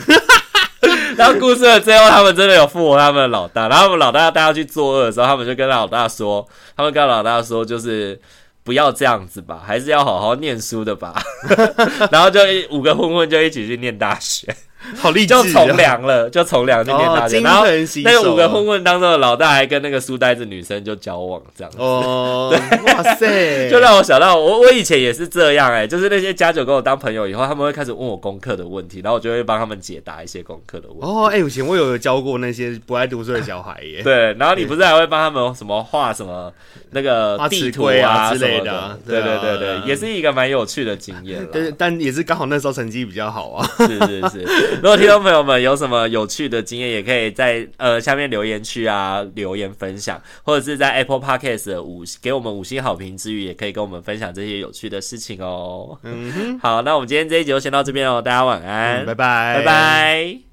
Speaker 1: 然后故事的最后，他们真的有复活他们的老大，然后他们老大带他去作恶的时候，他们就跟老大说，他们跟老大说就是。不要这样子吧， 还是要好好念书的吧。然后就一五个混混就一起去念大学，
Speaker 2: 好励志、
Speaker 1: 就
Speaker 2: 哦，
Speaker 1: 从良了，就从良那年大
Speaker 2: 哦，
Speaker 1: 姐，
Speaker 2: 精
Speaker 1: 然后
Speaker 2: 神洗手
Speaker 1: 那个五个混混当中的老大还跟那个书呆子女生就交往，这样。
Speaker 2: 哦，哇塞，
Speaker 1: 就让我想到我我以前也是这样哎、就是那些家酒跟我当朋友以后，他们会开始问我功课的问题，然后我就会帮他们解答一些功课的问题。
Speaker 2: 哦，哎、以前我有教过那些不爱读书的小孩耶，
Speaker 1: 对，然后你不是还会帮他们什么画什么那个
Speaker 2: 画
Speaker 1: 地
Speaker 2: 尺
Speaker 1: 图
Speaker 2: 规啊之
Speaker 1: 什么
Speaker 2: 类的啊
Speaker 1: 的？对
Speaker 2: 对
Speaker 1: 对
Speaker 2: 啊
Speaker 1: 对
Speaker 2: 对啊
Speaker 1: 对，也是一个蛮有趣的经验啦。
Speaker 2: 但是但也是刚好那时候成绩比较好啊。
Speaker 1: 是是是，如果听众朋友们有什么有趣的经验，也可以在呃下面留言区啊留言分享，或者是在 Apple Podcast 的五给我们五星好评之余，也可以跟我们分享这些有趣的事情哦。
Speaker 2: 嗯哼，
Speaker 1: 好，那我们今天这一集就先到这边哦，大家晚安，
Speaker 2: 嗯拜拜，
Speaker 1: 拜拜